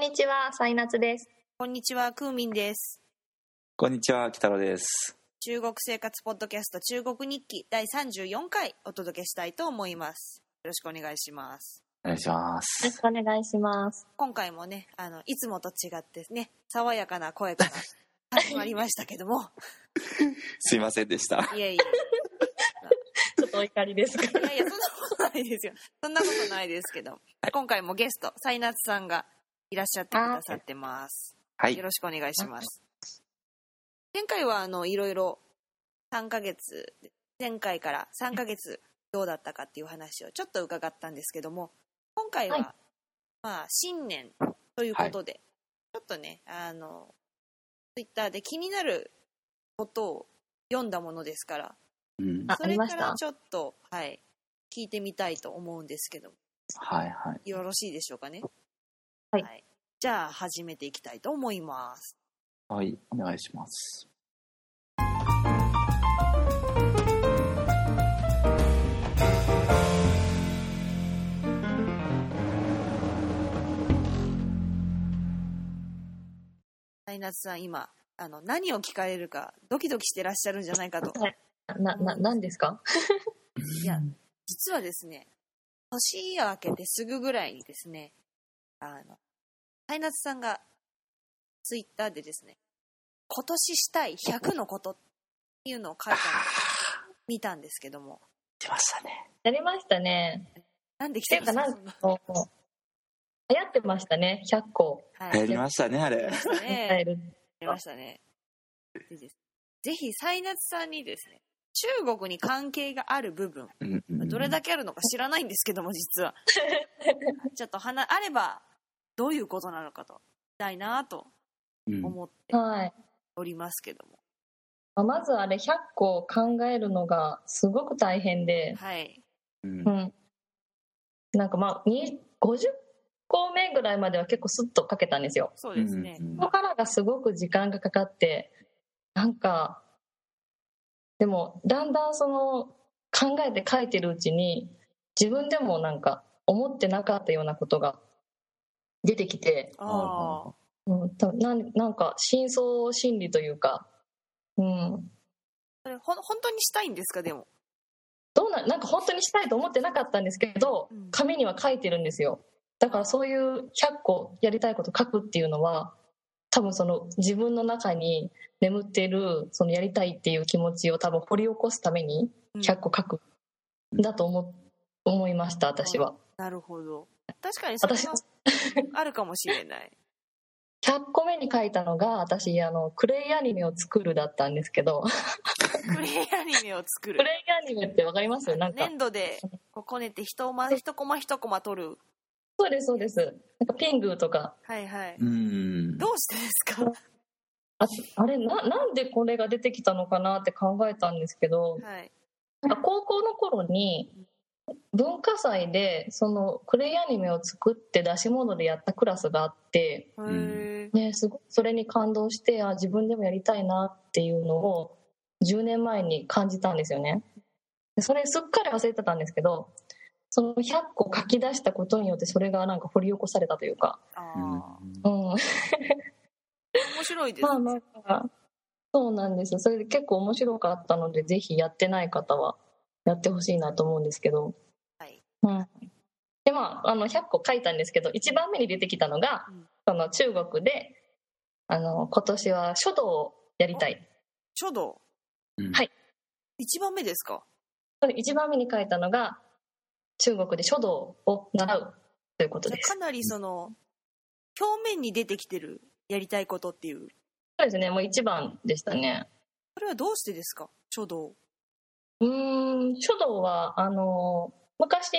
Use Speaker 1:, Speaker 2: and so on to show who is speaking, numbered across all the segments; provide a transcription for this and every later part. Speaker 1: にちは、サイナツです。
Speaker 2: こんにちは、クーミンです。
Speaker 3: こんにちは、北郎です。
Speaker 2: 中国生活ポッドキャスト中国日記第34回お届けしたいと思います。よろしくお願いします。
Speaker 3: お願いしま
Speaker 1: よろ
Speaker 3: す
Speaker 1: し。くお願いします。
Speaker 2: 今回もね、あの、いつもと違ってね、爽やかな声から始まりましたけども、
Speaker 3: すいませんでした。
Speaker 2: いやい
Speaker 1: ちょっとお怒りですか
Speaker 2: や、いやいや、そんなことないですよ。そんなことないですけど、今回もゲスト、サイナツさんがいらっしゃってくださってます。
Speaker 3: は
Speaker 2: よ
Speaker 3: い。
Speaker 2: ろしくお願いします。前回はあのいろいろ3ヶ月前回から3ヶ月どうだったかっていう話をちょっと伺ったんですけども今回は、
Speaker 1: はい
Speaker 2: まあ新年ということで、ちょっとねあのツイッターで気になることを読んだものですから
Speaker 3: うん、
Speaker 1: あ
Speaker 2: それか
Speaker 1: ありまし
Speaker 2: ら
Speaker 1: た
Speaker 2: ちょっとはい聞いてみたいと思うんですけども
Speaker 3: はいはい。
Speaker 2: よろしいでしょうかね
Speaker 1: はい
Speaker 2: じゃあ始めていきたいと思います
Speaker 3: はい、お願いします。
Speaker 2: ナイナツさん、今、あの、何を聞かれるか、ドキドキしてらっしゃるんじゃないかと。
Speaker 1: な、な、なんですか
Speaker 2: いや、実はですね、年が明けてすぐぐらいにですね、あの、ナイナツさんが、ツイッターでですね、今年したい100のことっていうのを書いたのを見たんですけども、
Speaker 3: 来ましたね。
Speaker 1: やりましたね。
Speaker 2: なんで来
Speaker 1: て
Speaker 2: て
Speaker 1: いう
Speaker 2: ま
Speaker 1: か、
Speaker 2: す
Speaker 1: なんかこう、流行ってましたね、100個。
Speaker 2: は
Speaker 3: 流行
Speaker 2: い。
Speaker 3: りましたね、あれ。
Speaker 1: え
Speaker 2: ね
Speaker 1: る。
Speaker 2: 出ましたね。いいですぜひ、サイナツさんにですね、中国に関係がある部分、
Speaker 3: うんうん
Speaker 2: どれだけあるのか知らないんですけども実はちょっと話あればどういうことなのかとしたいなと
Speaker 3: うん
Speaker 2: 思って
Speaker 1: はい。
Speaker 2: おりますけども、
Speaker 1: まあまずあれ、100個考えるのがすごく大変で、
Speaker 2: はい
Speaker 3: うん
Speaker 1: うん。なんかまあ、に50個目ぐらいまでは結構スッと書けたんですよ。
Speaker 2: そうですね、
Speaker 3: うんうん
Speaker 1: ここからがすごく時間がかかってなんかでもだんだんその考えて書いてるうちに自分でもなんか思ってなかったようなことが出てきて、
Speaker 2: ああ
Speaker 1: うん、多分なんなんか深層心理というか、うん、
Speaker 2: それほん本当にしたいんですかでも
Speaker 1: どうななんか本当にしたいと思ってなかったんですけど
Speaker 2: うん
Speaker 1: 紙には書いてるんですよだからそういう100個やりたいこと書くっていうのは多分その自分の中に眠ってるそのやりたいっていう気持ちを多分掘り起こすために
Speaker 2: うん
Speaker 1: 100個書くんだと思思いました私は
Speaker 2: なるほど確かにそれ
Speaker 1: 私
Speaker 2: はあるかもしれない
Speaker 1: 100個目に書いたのが私あのクレイアニメを作るだったんですけど
Speaker 2: クレイアニメを作
Speaker 1: ク
Speaker 2: る
Speaker 1: レイアニメってわかりますなんか
Speaker 2: 粘土でこうこねて一マ一コマ一コマ取る
Speaker 1: そうですそうですなんかピングとか
Speaker 2: はいはい
Speaker 3: うん。
Speaker 2: どうしてですか
Speaker 1: うああれななんでこれが出てきたのかなって考えたんですけど
Speaker 2: はい
Speaker 1: なんか高校の頃に文化祭でそのクレイアニメを作って出し物でやったクラスがあって、
Speaker 2: へ
Speaker 3: ん
Speaker 2: え
Speaker 1: ね、すごそれに感動してあ自分でもやりたいなっていうのを10年前に感じたんですよねでそれすっかり忘れてたんですけどその100個書き出したことによってそれがなんか掘り起こされたというか、
Speaker 2: ああ、
Speaker 3: うん
Speaker 2: 面
Speaker 1: うん、
Speaker 2: 白いですね
Speaker 1: まあなんかそうなんですよそれで結構面白かったのでぜひやってない方はやってほしいなと思うんですけど、
Speaker 2: はい
Speaker 1: うん、でまああの100個書いたんですけど1番目に出てきたのが、
Speaker 2: うん
Speaker 1: その中国であの今年は書道をやりたい
Speaker 2: 書道
Speaker 3: うん
Speaker 1: はい
Speaker 2: 一番目ですか
Speaker 1: それ1番目に書いたのが中国で書道を習うということ
Speaker 2: じゃ
Speaker 1: で
Speaker 2: あ
Speaker 1: す
Speaker 2: かなりその表面に出てきてるやりたいことっていう
Speaker 1: そうですねもう1番でしたね
Speaker 2: それはどうしてですか書道
Speaker 1: うーん書道はあの昔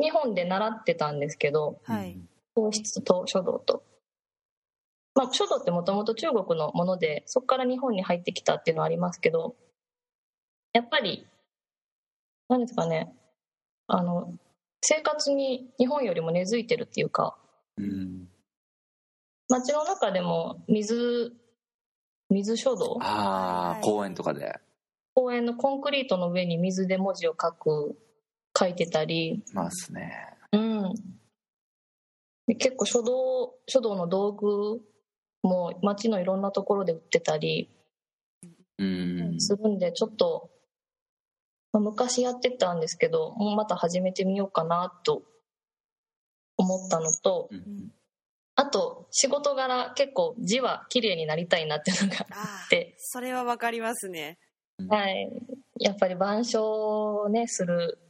Speaker 1: 日本で習ってたんですけど、
Speaker 2: はい。
Speaker 1: 皇室と書道と、まあ、書道ってもともと中国のものでそこから日本に入ってきたっていうのはありますけどやっぱり何ですかねあの生活に日本よりも根付いてるっていうか
Speaker 3: うん。
Speaker 1: 街の中でも水水書道
Speaker 3: あ
Speaker 2: はい
Speaker 3: あ、公園とかで。
Speaker 1: 公園のコンクリートの上に水で文字を書く書いてたり
Speaker 3: ますね。
Speaker 1: うんで結構書道書道の道具も街のいろんなところで売ってたり
Speaker 3: うん。
Speaker 1: するんでちょっと、まあ昔やってたんですけどもうまた始めてみようかなと思ったのと
Speaker 3: うん
Speaker 1: あと仕事柄結構字は綺麗になりたいなっていうのが
Speaker 2: あ
Speaker 1: あっ
Speaker 2: あ、
Speaker 1: て、
Speaker 2: それはわかりますね。
Speaker 1: はい、やっぱり板書をねする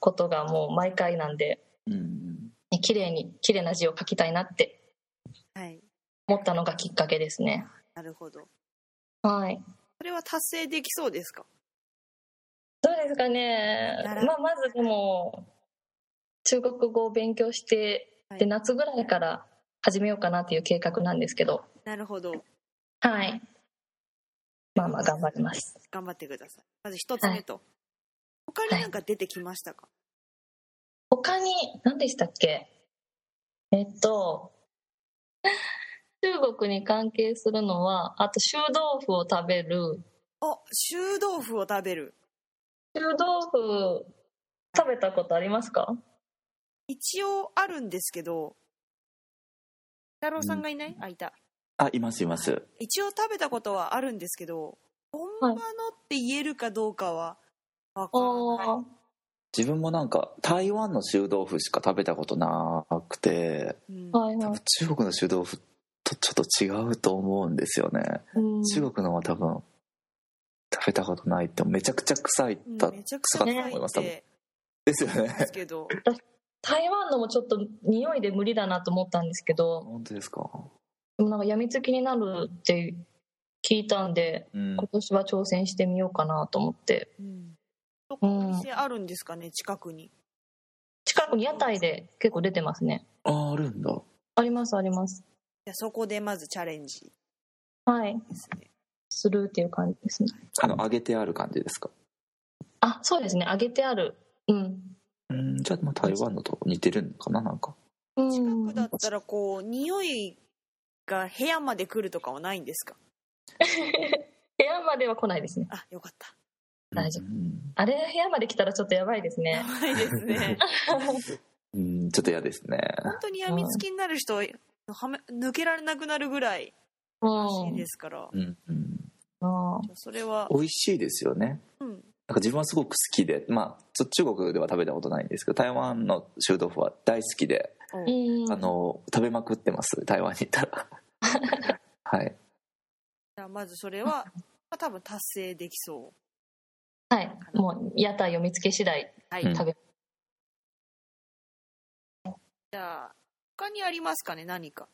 Speaker 1: ことがもう毎回なんで
Speaker 3: うん。
Speaker 1: ね綺麗に綺麗な字を書きたいなって
Speaker 2: はい。
Speaker 1: 思ったのがきっかけですね。
Speaker 2: なるほど。
Speaker 1: はい。
Speaker 2: それは達成できそうですか
Speaker 1: どうですかね
Speaker 2: なら。
Speaker 1: まあ、まずでも、中国語を勉強して、
Speaker 2: はい
Speaker 1: で、夏ぐらいから始めようかなっていう計画なんですけど、
Speaker 2: なるほど。
Speaker 1: はい。まあまあ頑張ります。
Speaker 2: 頑張ってください。まず一つ目と。他になんか出てきましたか、
Speaker 1: 他に、何でしたっけえっと、中国に関係するのは、あと、臭豆腐を食べる、
Speaker 2: あ、臭豆腐を食べる。
Speaker 1: 臭豆腐、食べたことありますか
Speaker 2: 一応あるんですけど、太郎さんがいない、あ、いた。
Speaker 3: あ、いますいます。
Speaker 2: 一応食べたことはあるんですけど、本場のって言えるかどうかはわからない。
Speaker 1: おー、
Speaker 3: 自分もなんか台湾の臭豆腐しか食べたことなくて、
Speaker 2: うん
Speaker 1: はいは
Speaker 3: 多
Speaker 1: い
Speaker 3: 分。中国の臭豆腐とちょっと違うと思うんですよね。
Speaker 1: うん
Speaker 3: 中国のは多分食べたことないってめちゃくちゃ臭いだ、
Speaker 2: うんめちゃくち
Speaker 3: 臭
Speaker 2: ゃ臭
Speaker 3: かっ
Speaker 2: い
Speaker 3: たと思います。
Speaker 2: っ
Speaker 3: 多分
Speaker 2: て
Speaker 3: ですよね
Speaker 2: で。すけど、
Speaker 1: 台湾のもちょっと匂いで無理だなと思ったんですけど
Speaker 3: 本当ですか。
Speaker 1: でもなんか病みつきになるって聞いたんで
Speaker 3: うん
Speaker 1: 今年は挑戦してみようかなと思って
Speaker 2: うん、どこお店あるんですかね、近くに。
Speaker 1: 近くに屋台で結構出てますね
Speaker 3: ああるんだ。
Speaker 1: ありますあります
Speaker 2: じゃあそこでまずチャレンジ
Speaker 1: はい
Speaker 2: ですね。
Speaker 1: するっていう感じですね
Speaker 3: あの揚げてある感じですか。
Speaker 1: あそうですね揚げてあるうん
Speaker 3: うんじゃあまあ台湾のと似てるのかななんか。
Speaker 2: 近くだっ
Speaker 1: うん
Speaker 2: たらこう匂いが部屋まで来るとかはないんですか。
Speaker 1: 部屋までは来ないですね
Speaker 2: あ、よかった。
Speaker 1: 大丈夫
Speaker 3: 夫。
Speaker 1: あれ部屋まで来たらちょっとやばいです
Speaker 2: や
Speaker 1: ね
Speaker 2: ばいですね。
Speaker 3: うんちょっと嫌ですね。
Speaker 2: 本当に病みつきになる人はめ抜けられなくなるぐらいらしいですから、
Speaker 3: うんうん
Speaker 1: うん
Speaker 2: それは、
Speaker 3: 美味しいですよね。
Speaker 2: うん、
Speaker 3: なんか自分はすごく好きで、まあちょ中国では食べたことないんですけど、台湾の臭豆腐は大好きで、
Speaker 1: うん
Speaker 3: あの食べまくってます。台湾に行ったら。はい。
Speaker 2: じゃあまずそれは、まあ、多分達成できそ
Speaker 1: はいもう屋台を見つけ次第
Speaker 2: う。はい。
Speaker 3: うん
Speaker 1: 食べ
Speaker 2: じゃあ、他にありますかね、何か。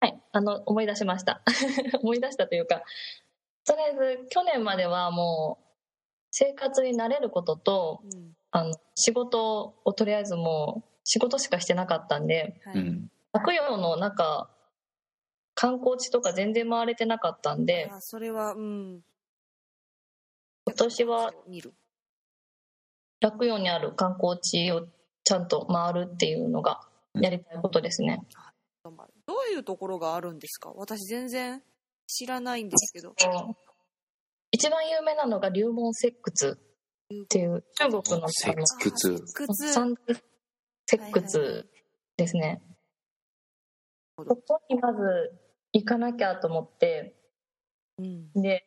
Speaker 1: はい、あの思い出しました 思い出したというかとりあえず去年まではもう生活に慣れることと
Speaker 2: うん。
Speaker 1: あの仕事をとりあえずもう仕事しかしてなかったんで
Speaker 2: は
Speaker 3: う
Speaker 2: い。
Speaker 3: ん
Speaker 1: 悪用の中観光地とか全然回れてなかったんで
Speaker 2: あそれは、うん。
Speaker 1: 今年は
Speaker 2: 見る。
Speaker 1: 落陽にある観光地をちゃんと回るっていうのがやりたいことですね。
Speaker 2: どういうところがあるんですか私全然知らないんですけど。
Speaker 1: 一番有名なのが龍門石窟っていう中国の
Speaker 3: 石窟
Speaker 2: 靴。
Speaker 1: 三大石窟ですね、
Speaker 2: はいはい
Speaker 1: ここにまず行かなきゃと思って
Speaker 2: うん。
Speaker 1: で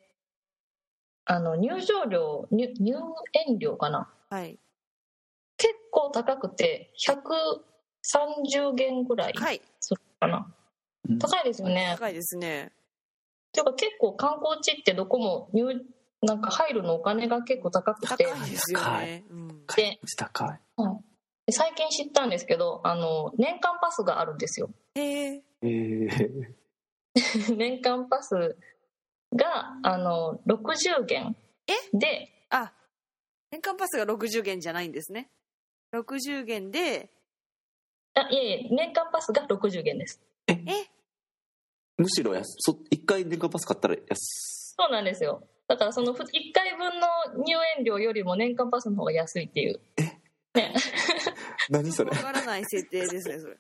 Speaker 1: あの入場料入入園料かな
Speaker 2: はい。
Speaker 1: 結構高くて130元ぐらい
Speaker 2: はい。
Speaker 1: かな、
Speaker 3: うん
Speaker 1: 高いですよね
Speaker 2: 高いですね。
Speaker 1: ていうか結構観光地ってどこも入なんか入るのお金が結構高く
Speaker 2: 高
Speaker 1: て
Speaker 2: いですよね。うん。
Speaker 3: 高い高い。
Speaker 1: で最近知ったんですけどあの年間パスがあるんですよ
Speaker 2: へえ。
Speaker 3: えー
Speaker 1: 年間パスがあの60元で
Speaker 2: あ、年間パスが60元じゃないんですね。60元で、
Speaker 1: あいえいえ年間パスが60元です
Speaker 2: え、
Speaker 3: むしろやすそ一回年間パス買ったら安
Speaker 1: そうなんですよだからその1回分の入園料よりも年間パスの方が安いっていう
Speaker 3: 何それ
Speaker 2: わからない設定ですね、それ。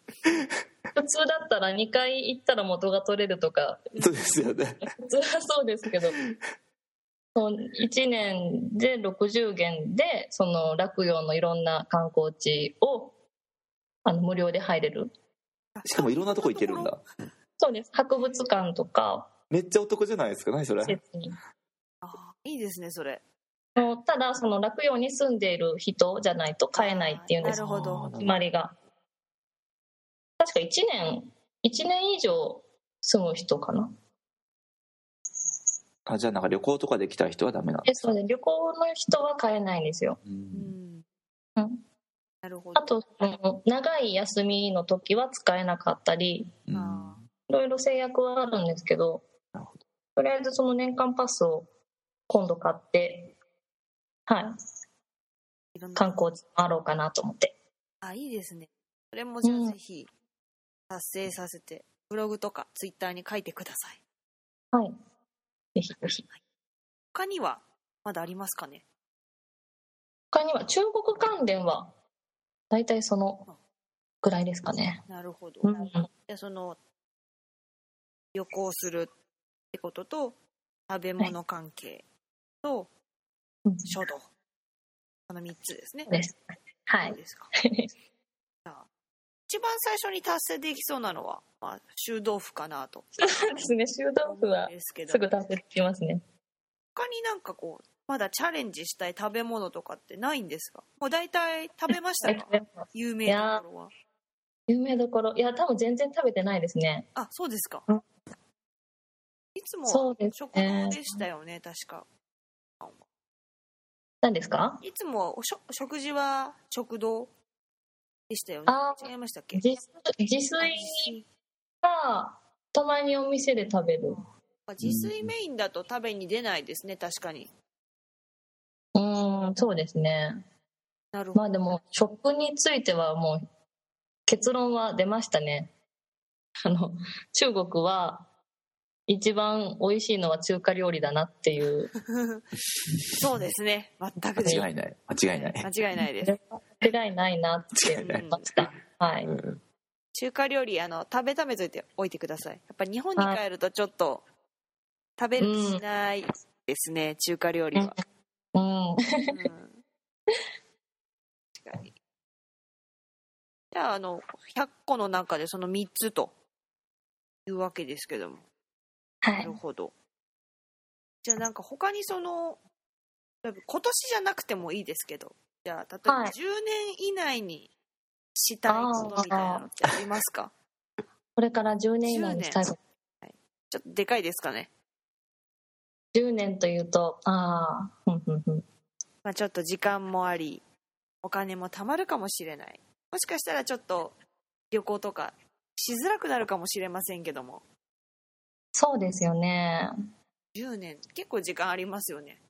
Speaker 1: 普通だったら2回行ったら元が取れるとか
Speaker 3: そうですよね
Speaker 1: 普通はそうですけど1年で60元でその洛陽のいろんな観光地をあの無料で入れる
Speaker 3: しかもいろんなとこ行けるんだ
Speaker 1: そうです博物館とか
Speaker 3: めっちゃお得じゃないですか何それ
Speaker 1: 施設に
Speaker 2: あーいいですねそれ
Speaker 1: もうただその落葉に住んでいる人じゃないと買えないっていうんです
Speaker 2: なるほど
Speaker 3: あー
Speaker 1: 決まりが確か1年1年以上住む人かな
Speaker 3: あじゃあなんか旅行とかできた人はダメなん
Speaker 1: えそうです旅行の人は買えないんですよ
Speaker 3: う
Speaker 2: うんん
Speaker 1: うん
Speaker 2: なるほど
Speaker 1: あとその長い休みの時は使えなかったり
Speaker 3: うん
Speaker 2: あ
Speaker 1: いろいろ制約はあるんですけど
Speaker 3: なるほ
Speaker 1: とりあえずその年間パスを今度買ってはい
Speaker 2: いろんな
Speaker 1: 観光地回ろうかなと思って
Speaker 2: あいいですねそれもじゃ
Speaker 1: う
Speaker 2: あ
Speaker 1: ん
Speaker 2: ぜひ達成させてブログとかツイッターに書いてください
Speaker 1: はいぜひぜひ
Speaker 2: 他にはまだありますかね
Speaker 1: 他には中国関連は大体そのぐらいですかね。
Speaker 2: なるほど、
Speaker 1: うん
Speaker 2: でその旅行するってことと食べ物関係と
Speaker 1: うん
Speaker 2: 書道、この3つですね
Speaker 1: です。は
Speaker 2: ど。
Speaker 1: いう
Speaker 2: ですか 一番最初に達成できそうなのは、まあ、修道府かなと
Speaker 1: そうですね。修道
Speaker 2: 思
Speaker 1: 府
Speaker 2: うん
Speaker 1: は
Speaker 2: ですけど
Speaker 1: すぐ達成できますね。
Speaker 2: 他になんかこうまだチャレンジしたい食べ物とかってないんですがもう大体食べましたか有名なところは
Speaker 1: 有名どころ。いや、多分全然食べてないですね。
Speaker 2: あそうですか
Speaker 1: うん
Speaker 2: いつも
Speaker 1: そうです
Speaker 2: 食
Speaker 1: ね
Speaker 2: 堂でしたよね確か
Speaker 1: 何ですか
Speaker 2: いつもおしょ食事は食堂でしたよね
Speaker 1: あ
Speaker 2: 違いましたっけ
Speaker 1: 自炊自炊か、たまにお店で食べる。
Speaker 2: あ自炊メインだと食べに出ないですね確かに
Speaker 1: うーん、そうですね。
Speaker 2: なるほど
Speaker 1: まあでも、食についてはもう結論は出ましたね。あの、中国は一番美味しいのは中華料理だなっていう。
Speaker 2: そうですね全くです
Speaker 3: 間違いない間違いない
Speaker 2: 間違いないです
Speaker 1: 間違いないなって思いま した。はい。
Speaker 3: うん
Speaker 2: 中華料理あの食べためといておいてくださいやっぱ日本に帰るとちょっと食べる気しないですね、中華料理は、
Speaker 1: うん。
Speaker 2: うん、確かにじゃああの100個の中でその3つというわけですけども
Speaker 1: は
Speaker 2: ないる。ほどじゃあなんか他にその今年じゃなくてもいいですけどじゃあ例えば10
Speaker 1: はい
Speaker 2: 年以内にしたいことみたいなのってあります か
Speaker 1: これから10年以内にしたいこと。
Speaker 2: ちょっとでかいですかね
Speaker 1: 10年というと、ああ、ふんふんふん。
Speaker 2: まあ、ちょっと時間もありお金も貯まるかもしれないもしかしたらちょっと旅行とかしづらくなるかもしれませんけども
Speaker 1: そうですよね。
Speaker 2: 10年結構時間ありますよね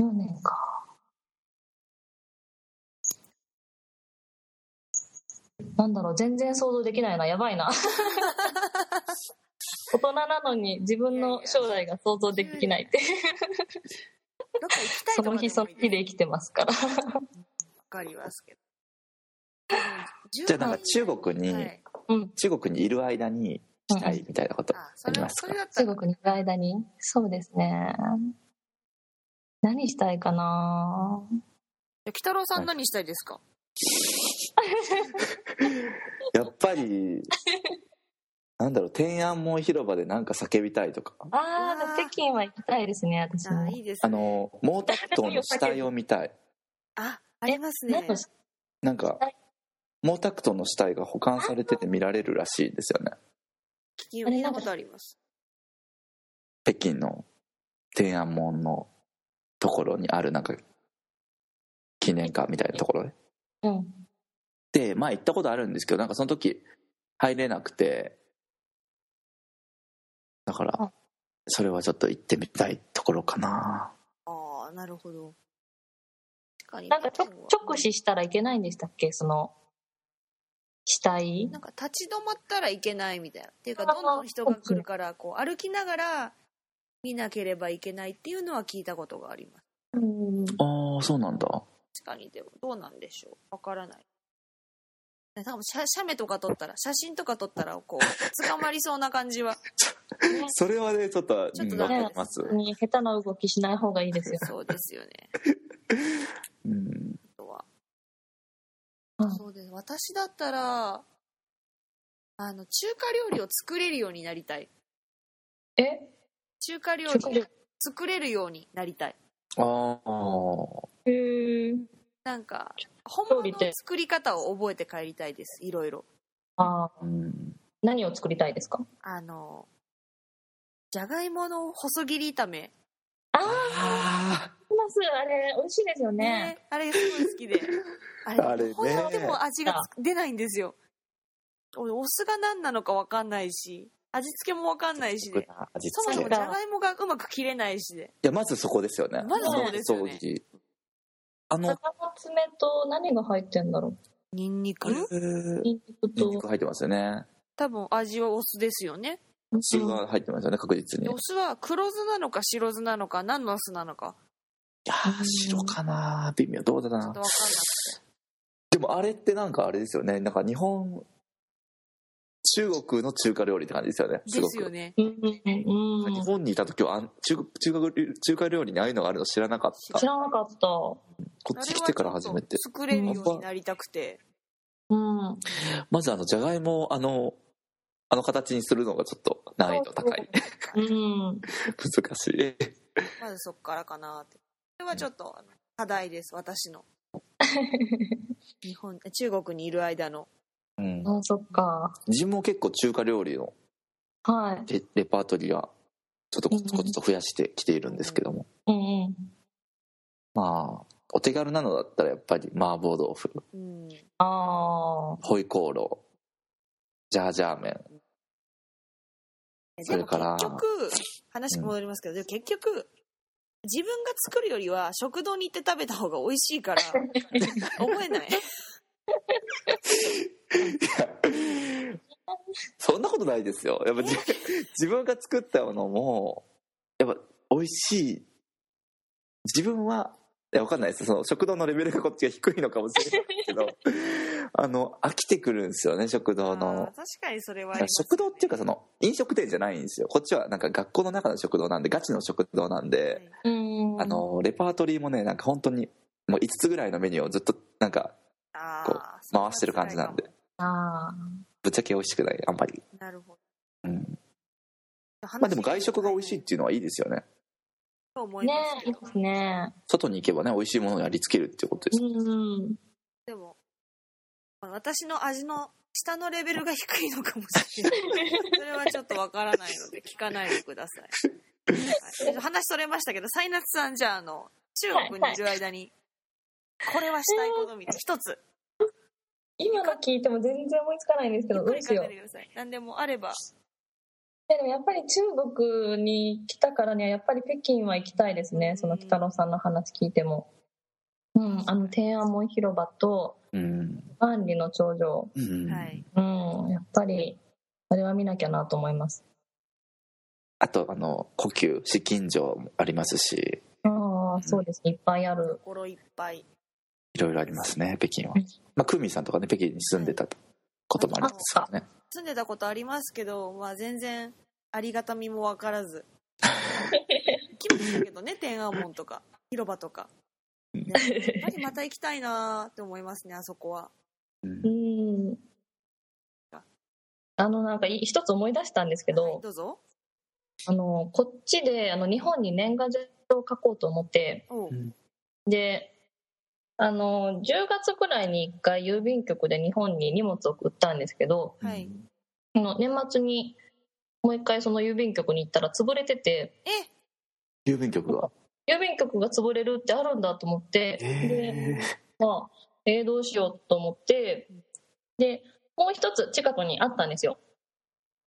Speaker 1: 10年か。なんだろう、全然想像できないな。やばい な。大人なのに自分の将来が想像できないって。
Speaker 2: どっか行きたい
Speaker 1: そ
Speaker 2: とか
Speaker 1: の 日その日で生きてますから。
Speaker 2: わかりますけど
Speaker 3: じゃあなんか中国に、
Speaker 2: はい、
Speaker 1: うん。
Speaker 3: 中国にいる間にしたいみたいなこと
Speaker 2: あそ
Speaker 3: あり
Speaker 2: れは
Speaker 3: ます
Speaker 2: そ
Speaker 3: か
Speaker 2: れだったら
Speaker 1: 中国にいる間にそうですね何したいかな
Speaker 2: 鬼太郎さん何したいですか
Speaker 3: やっぱりなんだろう天安門広場でなんか叫びたいとか
Speaker 1: あ
Speaker 2: うわー
Speaker 1: ー北京は行きたいですね私
Speaker 2: あ
Speaker 1: も
Speaker 2: いいです
Speaker 3: あ
Speaker 2: ね
Speaker 3: の毛沢東の死体を見たい
Speaker 2: ああります
Speaker 1: な
Speaker 2: ね
Speaker 1: んかし
Speaker 3: なんか毛沢東の死体が保管されてて見られるらしいですよね
Speaker 2: 聞いたことあります
Speaker 3: 北京の天安門のところにあるなんか記念館みたいなところ
Speaker 1: うん
Speaker 3: ででまあ行ったことあるんですけどなんかその時入れなくてだか
Speaker 1: あ
Speaker 3: らそれはちょっと行ってみたいところかな
Speaker 2: ああなるほど確かに
Speaker 1: なんかちょ直視したらいけないんでしたっけその死体
Speaker 2: なんか立ち止まったらいけないみたいなっていうかどんどん人が来るからこう歩きながら見なければいけないっていうのは聞いたことがありま
Speaker 1: うん
Speaker 3: ああそうなんだ
Speaker 2: す確かにでもどうなんでしょうわからないね多分写写メとか撮ったら写真とか撮ったらこう捕まりそうな感じ は
Speaker 3: それはねちょっと
Speaker 2: ちょっと
Speaker 3: うん
Speaker 2: ダ
Speaker 3: わか
Speaker 2: メ
Speaker 3: り
Speaker 2: です
Speaker 3: ます、
Speaker 1: に下手な動きしない方がいいですよ
Speaker 2: そうですよね
Speaker 3: うん
Speaker 2: あとは
Speaker 1: うん
Speaker 2: そうです私だったらあの中華料理を作れるようになりたい
Speaker 1: え
Speaker 2: 中華料
Speaker 1: 中華料
Speaker 2: 理作れるようになりたい
Speaker 3: ああ
Speaker 1: 理へえ
Speaker 2: なんか本
Speaker 1: 料
Speaker 2: 物
Speaker 1: 理っ
Speaker 2: の
Speaker 1: て
Speaker 2: 作り方を覚えて帰りたいですいろいろ
Speaker 1: ああ
Speaker 3: うん
Speaker 1: 何を作りたいですか
Speaker 2: あのじゃがいもの細切り炒め
Speaker 1: ああ
Speaker 3: あ
Speaker 1: いますあれ美味しいですよね
Speaker 2: あれすごい好き であれ
Speaker 3: あれね
Speaker 2: ほやっても味がつ出ないんですよ俺お酢が何なのか分かんないし味付けも分かんないしで
Speaker 3: あ味
Speaker 2: そもそ
Speaker 3: 付
Speaker 2: も
Speaker 3: け
Speaker 2: じ
Speaker 3: い
Speaker 2: ゃがいもがうまく切れないしで
Speaker 3: やまずそこですよね
Speaker 2: まずそこですよね
Speaker 3: あの掃除あの
Speaker 1: 鷹の爪と何が入ってんだろ
Speaker 2: ニンニ
Speaker 3: あれ
Speaker 2: ク
Speaker 1: うニンニク
Speaker 3: ニンニ
Speaker 1: と
Speaker 3: ク入ってますよね
Speaker 2: 多分味はお酢ですよね
Speaker 3: 血が入ってますよね確実に
Speaker 2: でお酢は黒酢なのか白酢なのか何の酢なのか
Speaker 3: いやー白かな微妙どうだ
Speaker 2: ちょっ
Speaker 3: な
Speaker 2: と分かんな
Speaker 3: でもあれってなんかあれですよねなんか日本中国の中華料理って感じですよね
Speaker 2: く
Speaker 3: す
Speaker 2: てで
Speaker 3: ご
Speaker 2: すよ
Speaker 3: く
Speaker 2: ね
Speaker 1: うんうんう
Speaker 3: 日
Speaker 1: ん
Speaker 3: 本にいた時はあん中中華料理中華料理にああいうのがあるの知らなかった
Speaker 1: 知らなかった
Speaker 3: こっち来てから初め
Speaker 2: あ
Speaker 3: て
Speaker 2: れはちょっと作れるようになりたくて
Speaker 1: うん
Speaker 3: まずあのじゃがいもをあのあの形にするのがちょっと難易度高い
Speaker 1: うん
Speaker 3: 難しい
Speaker 2: まずそっからかなってこれはちょっとあの課題です私 の日本中国にいる間の
Speaker 3: うん
Speaker 1: あそっか
Speaker 3: 自分も結構中華料理の
Speaker 1: はい
Speaker 3: レレパートリーはちょっとコツコツと増やしてきているんですけども、
Speaker 1: うんうん
Speaker 3: まあお手軽なのだったらやっぱり麻婆豆腐
Speaker 2: うん
Speaker 1: ああ
Speaker 3: ホイコーロージャージャー麺そ
Speaker 2: で
Speaker 3: れ
Speaker 2: も
Speaker 3: から
Speaker 2: 結局話戻りますけど、でも結局自分が作るよりは食堂に行って食べた方が美味しい から覚えない
Speaker 3: そんなことないですよやっぱ自自分が作ったものもやっぱ美味しい自分はいやわかんないですその食堂のレベルがこっちが低いのかもしれないけ どあの飽きてくるんですよね食堂
Speaker 2: あー
Speaker 3: の
Speaker 2: 確かにそれはあります
Speaker 3: 食堂っていうかその飲食店じゃないんですよこっちはなんか学校の中の食堂なんでガチの食堂なんで、
Speaker 1: うん
Speaker 3: あのレパートリーもねなんか本当にもう5つぐらいのメニューをずっとなんか
Speaker 2: あ
Speaker 3: こう
Speaker 2: ー
Speaker 3: 回してる感じなんで
Speaker 1: あ
Speaker 3: ぶっちゃけ美味しくないあんまり、
Speaker 2: なるほど
Speaker 3: うん
Speaker 2: 話
Speaker 3: まあ、でも外食が美味しいっていうのはいいですよね
Speaker 2: と思
Speaker 1: あ
Speaker 2: いま
Speaker 1: ね
Speaker 2: す
Speaker 1: えいい
Speaker 2: けど、
Speaker 1: ですね
Speaker 3: 外に行けばね美味しいものをやりつけるっていうことです、
Speaker 1: うんうん
Speaker 2: でも私の味の下のレベルが低いのかもしれないそれはちょっとわからないので聞かないでください、はい、話それましたけどイナツさんじゃああの中国にいる間にこれはしたいことみたいな一つ
Speaker 1: 今の聞いても全然思いつかないんですけ
Speaker 2: ゆ
Speaker 1: ど
Speaker 2: っ
Speaker 1: ど
Speaker 2: く
Speaker 1: う
Speaker 2: り
Speaker 1: し
Speaker 2: 考
Speaker 1: よ
Speaker 2: え
Speaker 1: う
Speaker 2: てください何でもあれば
Speaker 1: いやでもやっぱり中国に来たからにはやっぱり北京は行きたいですねその北野さんの話聞いてもうんあの天安門広場と
Speaker 3: うん
Speaker 1: 万里の長城
Speaker 3: うん
Speaker 2: はい
Speaker 1: うんやっぱりあれは見なきゃなと思います
Speaker 3: あとあの故宮紫禁城もありますし
Speaker 1: ああそうですねいっぱいある
Speaker 2: 心いっぱい
Speaker 3: いろいろありますね北京は
Speaker 1: うん、
Speaker 3: まあ、クーミンさんとかね北京に住んでたこともありますからね
Speaker 2: 住んでたことありますけど、まあ、全然ありがたみもわから ず行きましたけどね天安門とか広場とか
Speaker 3: うん
Speaker 2: やっぱりまた行きたいなーって思いますねあそこは
Speaker 3: うん
Speaker 1: うんあのなんかい一つ思い出したんですけど、
Speaker 2: はいどうぞ
Speaker 1: あのこっちであの日本に年賀状を書こうと思って
Speaker 2: おう
Speaker 1: であの10月くらいに1回郵便局で日本に荷物を送ったんですけど
Speaker 2: はい
Speaker 1: あの年末にもう1回その郵便局に行ったら潰れてて
Speaker 2: え
Speaker 3: 郵便局が
Speaker 1: 郵便局が潰れるってあるんだと思ってで、
Speaker 3: え
Speaker 1: まあ、えーどうしようと思ってでもう一つ近くにあったんですよ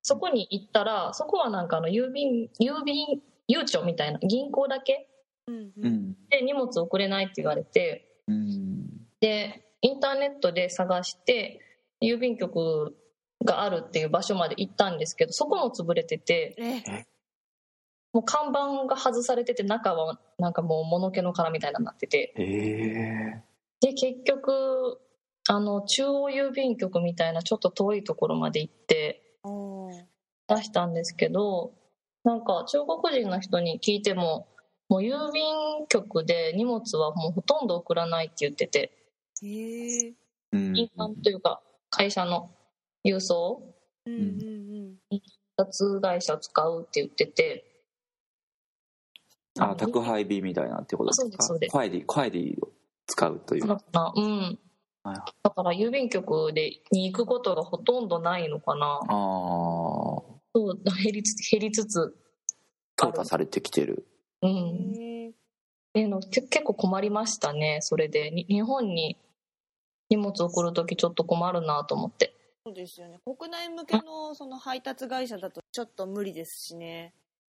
Speaker 1: そこに行ったらそこはなんかあの郵便郵便郵貯みたいな銀行だけ
Speaker 2: うんう
Speaker 3: うんん
Speaker 1: で荷物送れないって言われて
Speaker 3: うん
Speaker 1: でインターネットで探して郵便局があるっていう場所まで行ったんですけどそこも潰れてて
Speaker 2: え
Speaker 1: もう看板が外されてて中はなんかもう物気の殻みたいになってて
Speaker 3: ええ
Speaker 1: で結局あの中央郵便局みたいなちょっと遠いところまで行って
Speaker 2: おー
Speaker 1: 出したんですけどなんか中国人の人に聞いてももう郵便局で荷物はもうほとんど送らないって言ってて
Speaker 2: えー
Speaker 3: うん
Speaker 1: 印鑑というか会社の郵送
Speaker 2: うんうん
Speaker 1: 脱会社使うって言ってて
Speaker 3: あ宅配便みたいなってことですか
Speaker 1: そうです
Speaker 3: 快ディ快ディを使うという
Speaker 1: なのかなうん
Speaker 3: はい
Speaker 1: だから郵便局でに行くことがほとんどないのかな
Speaker 3: ああ
Speaker 1: そう減りつつ減りつつ
Speaker 3: 淘汰されてきてる
Speaker 1: う
Speaker 2: うんん。へ
Speaker 1: でのけ結構困りましたねそれでに日本に荷物送る時ちょっと困るなと思って
Speaker 2: そうですよね。国内向けのその配達会社だとちょっと無理ですしね。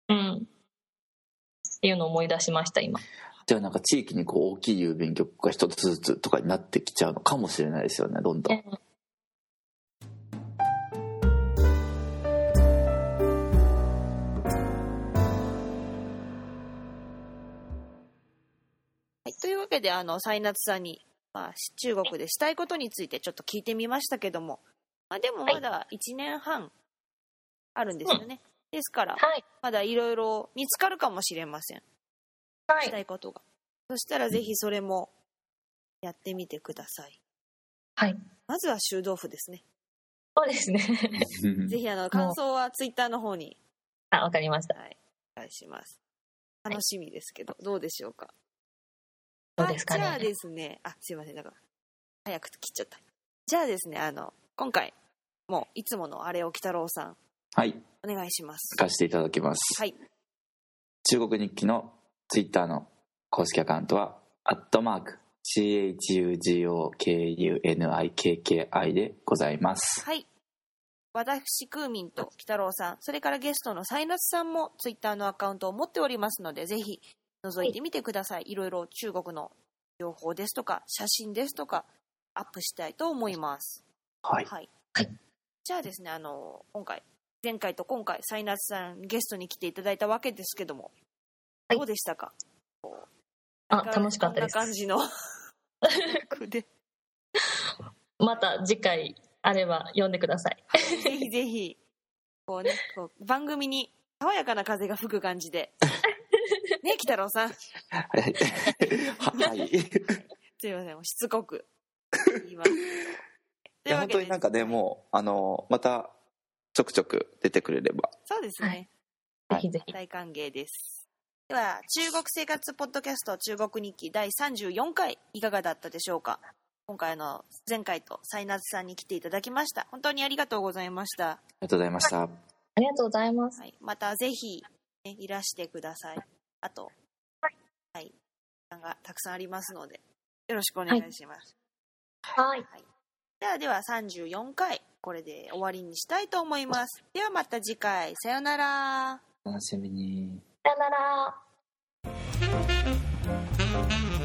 Speaker 1: うんっていうのを思い出しました今
Speaker 3: じゃあなんか地域にこう大きい郵便局が一つずつとかになってきちゃうのかもしれないですよねどんどん
Speaker 1: ね
Speaker 2: はい、というわけで、あの、サイナツさんに、まあ、し中国でしたいことについてちょっと聞いてみましたけども、まあ、でもまだ1年半あるんですよね。ですから、
Speaker 1: はい
Speaker 2: まだいろいろ見つかるかもしれません。
Speaker 1: は
Speaker 2: した
Speaker 1: い
Speaker 2: いことが。そしたらぜひそれもやってみてください。
Speaker 1: はい
Speaker 2: まずは臭豆腐ですね。
Speaker 1: そうですね
Speaker 2: ぜひあの感想はツイッターの方に
Speaker 1: あわかりました
Speaker 2: お願いします。楽しみですけど、どうでしょうか。
Speaker 1: どうですかね
Speaker 2: あじゃあですね、あ、すいません、なんか、早く切っちゃった。じゃあですね、あの、今回、もう、いつものあれを鬼太郎さん、
Speaker 3: はい
Speaker 2: お願いします
Speaker 3: 行。かせていただきます、
Speaker 2: はい。
Speaker 3: 中国日記のツイッターの公式アカウントは「アットマーク CHUGOKUNIKKI」でございます
Speaker 2: はい。私、クーミンと鬼太郎さん、それからゲストのサイナスさんも、ツイッターのアカウントを持っておりますので、ぜひ、覗いてみてください。いろいろ中国の情報ですとか、写真ですとか、アップしたいと思います。
Speaker 3: はい
Speaker 2: はい。
Speaker 1: はい
Speaker 2: じゃあですね、あの、今回、前回と今回、サイナスさんゲストに来ていただいたわけですけども、
Speaker 1: はい
Speaker 2: どうでしたか
Speaker 1: あ楽しかったで
Speaker 2: こんな感
Speaker 1: す
Speaker 2: じ ので。
Speaker 1: また次回あれば読んでください
Speaker 2: ぜひぜひ、こうね、こう番組に爽やかな風が吹く感 じで。ね、鬼太郎さん。す
Speaker 3: はいはい
Speaker 2: いません、もうしつこく言 います。
Speaker 3: いや本当になんかねもうあのまたちょくちょく出てくれれば
Speaker 2: そうですね。
Speaker 1: はい
Speaker 3: は
Speaker 1: ぜひ
Speaker 3: い
Speaker 1: ぜひ
Speaker 2: 大歓迎ですでは中国生活ポッドキャスト中国日記第34回いかがだったでしょうか今回あの前回とサイナズさんに来ていただきました本当にありがとうございました、
Speaker 3: ありがとうございました
Speaker 1: ありがとうございます
Speaker 2: はい、またぜひ、ね、いらしてくださいあと
Speaker 1: はい、
Speaker 2: はい、時間がたくさんありますのでよろしくお願いします、
Speaker 1: はい
Speaker 2: ではでは34回これで終わりにしたいと思いますではまた次回さようなら
Speaker 3: 楽しみに
Speaker 1: さよなら。
Speaker 4: 「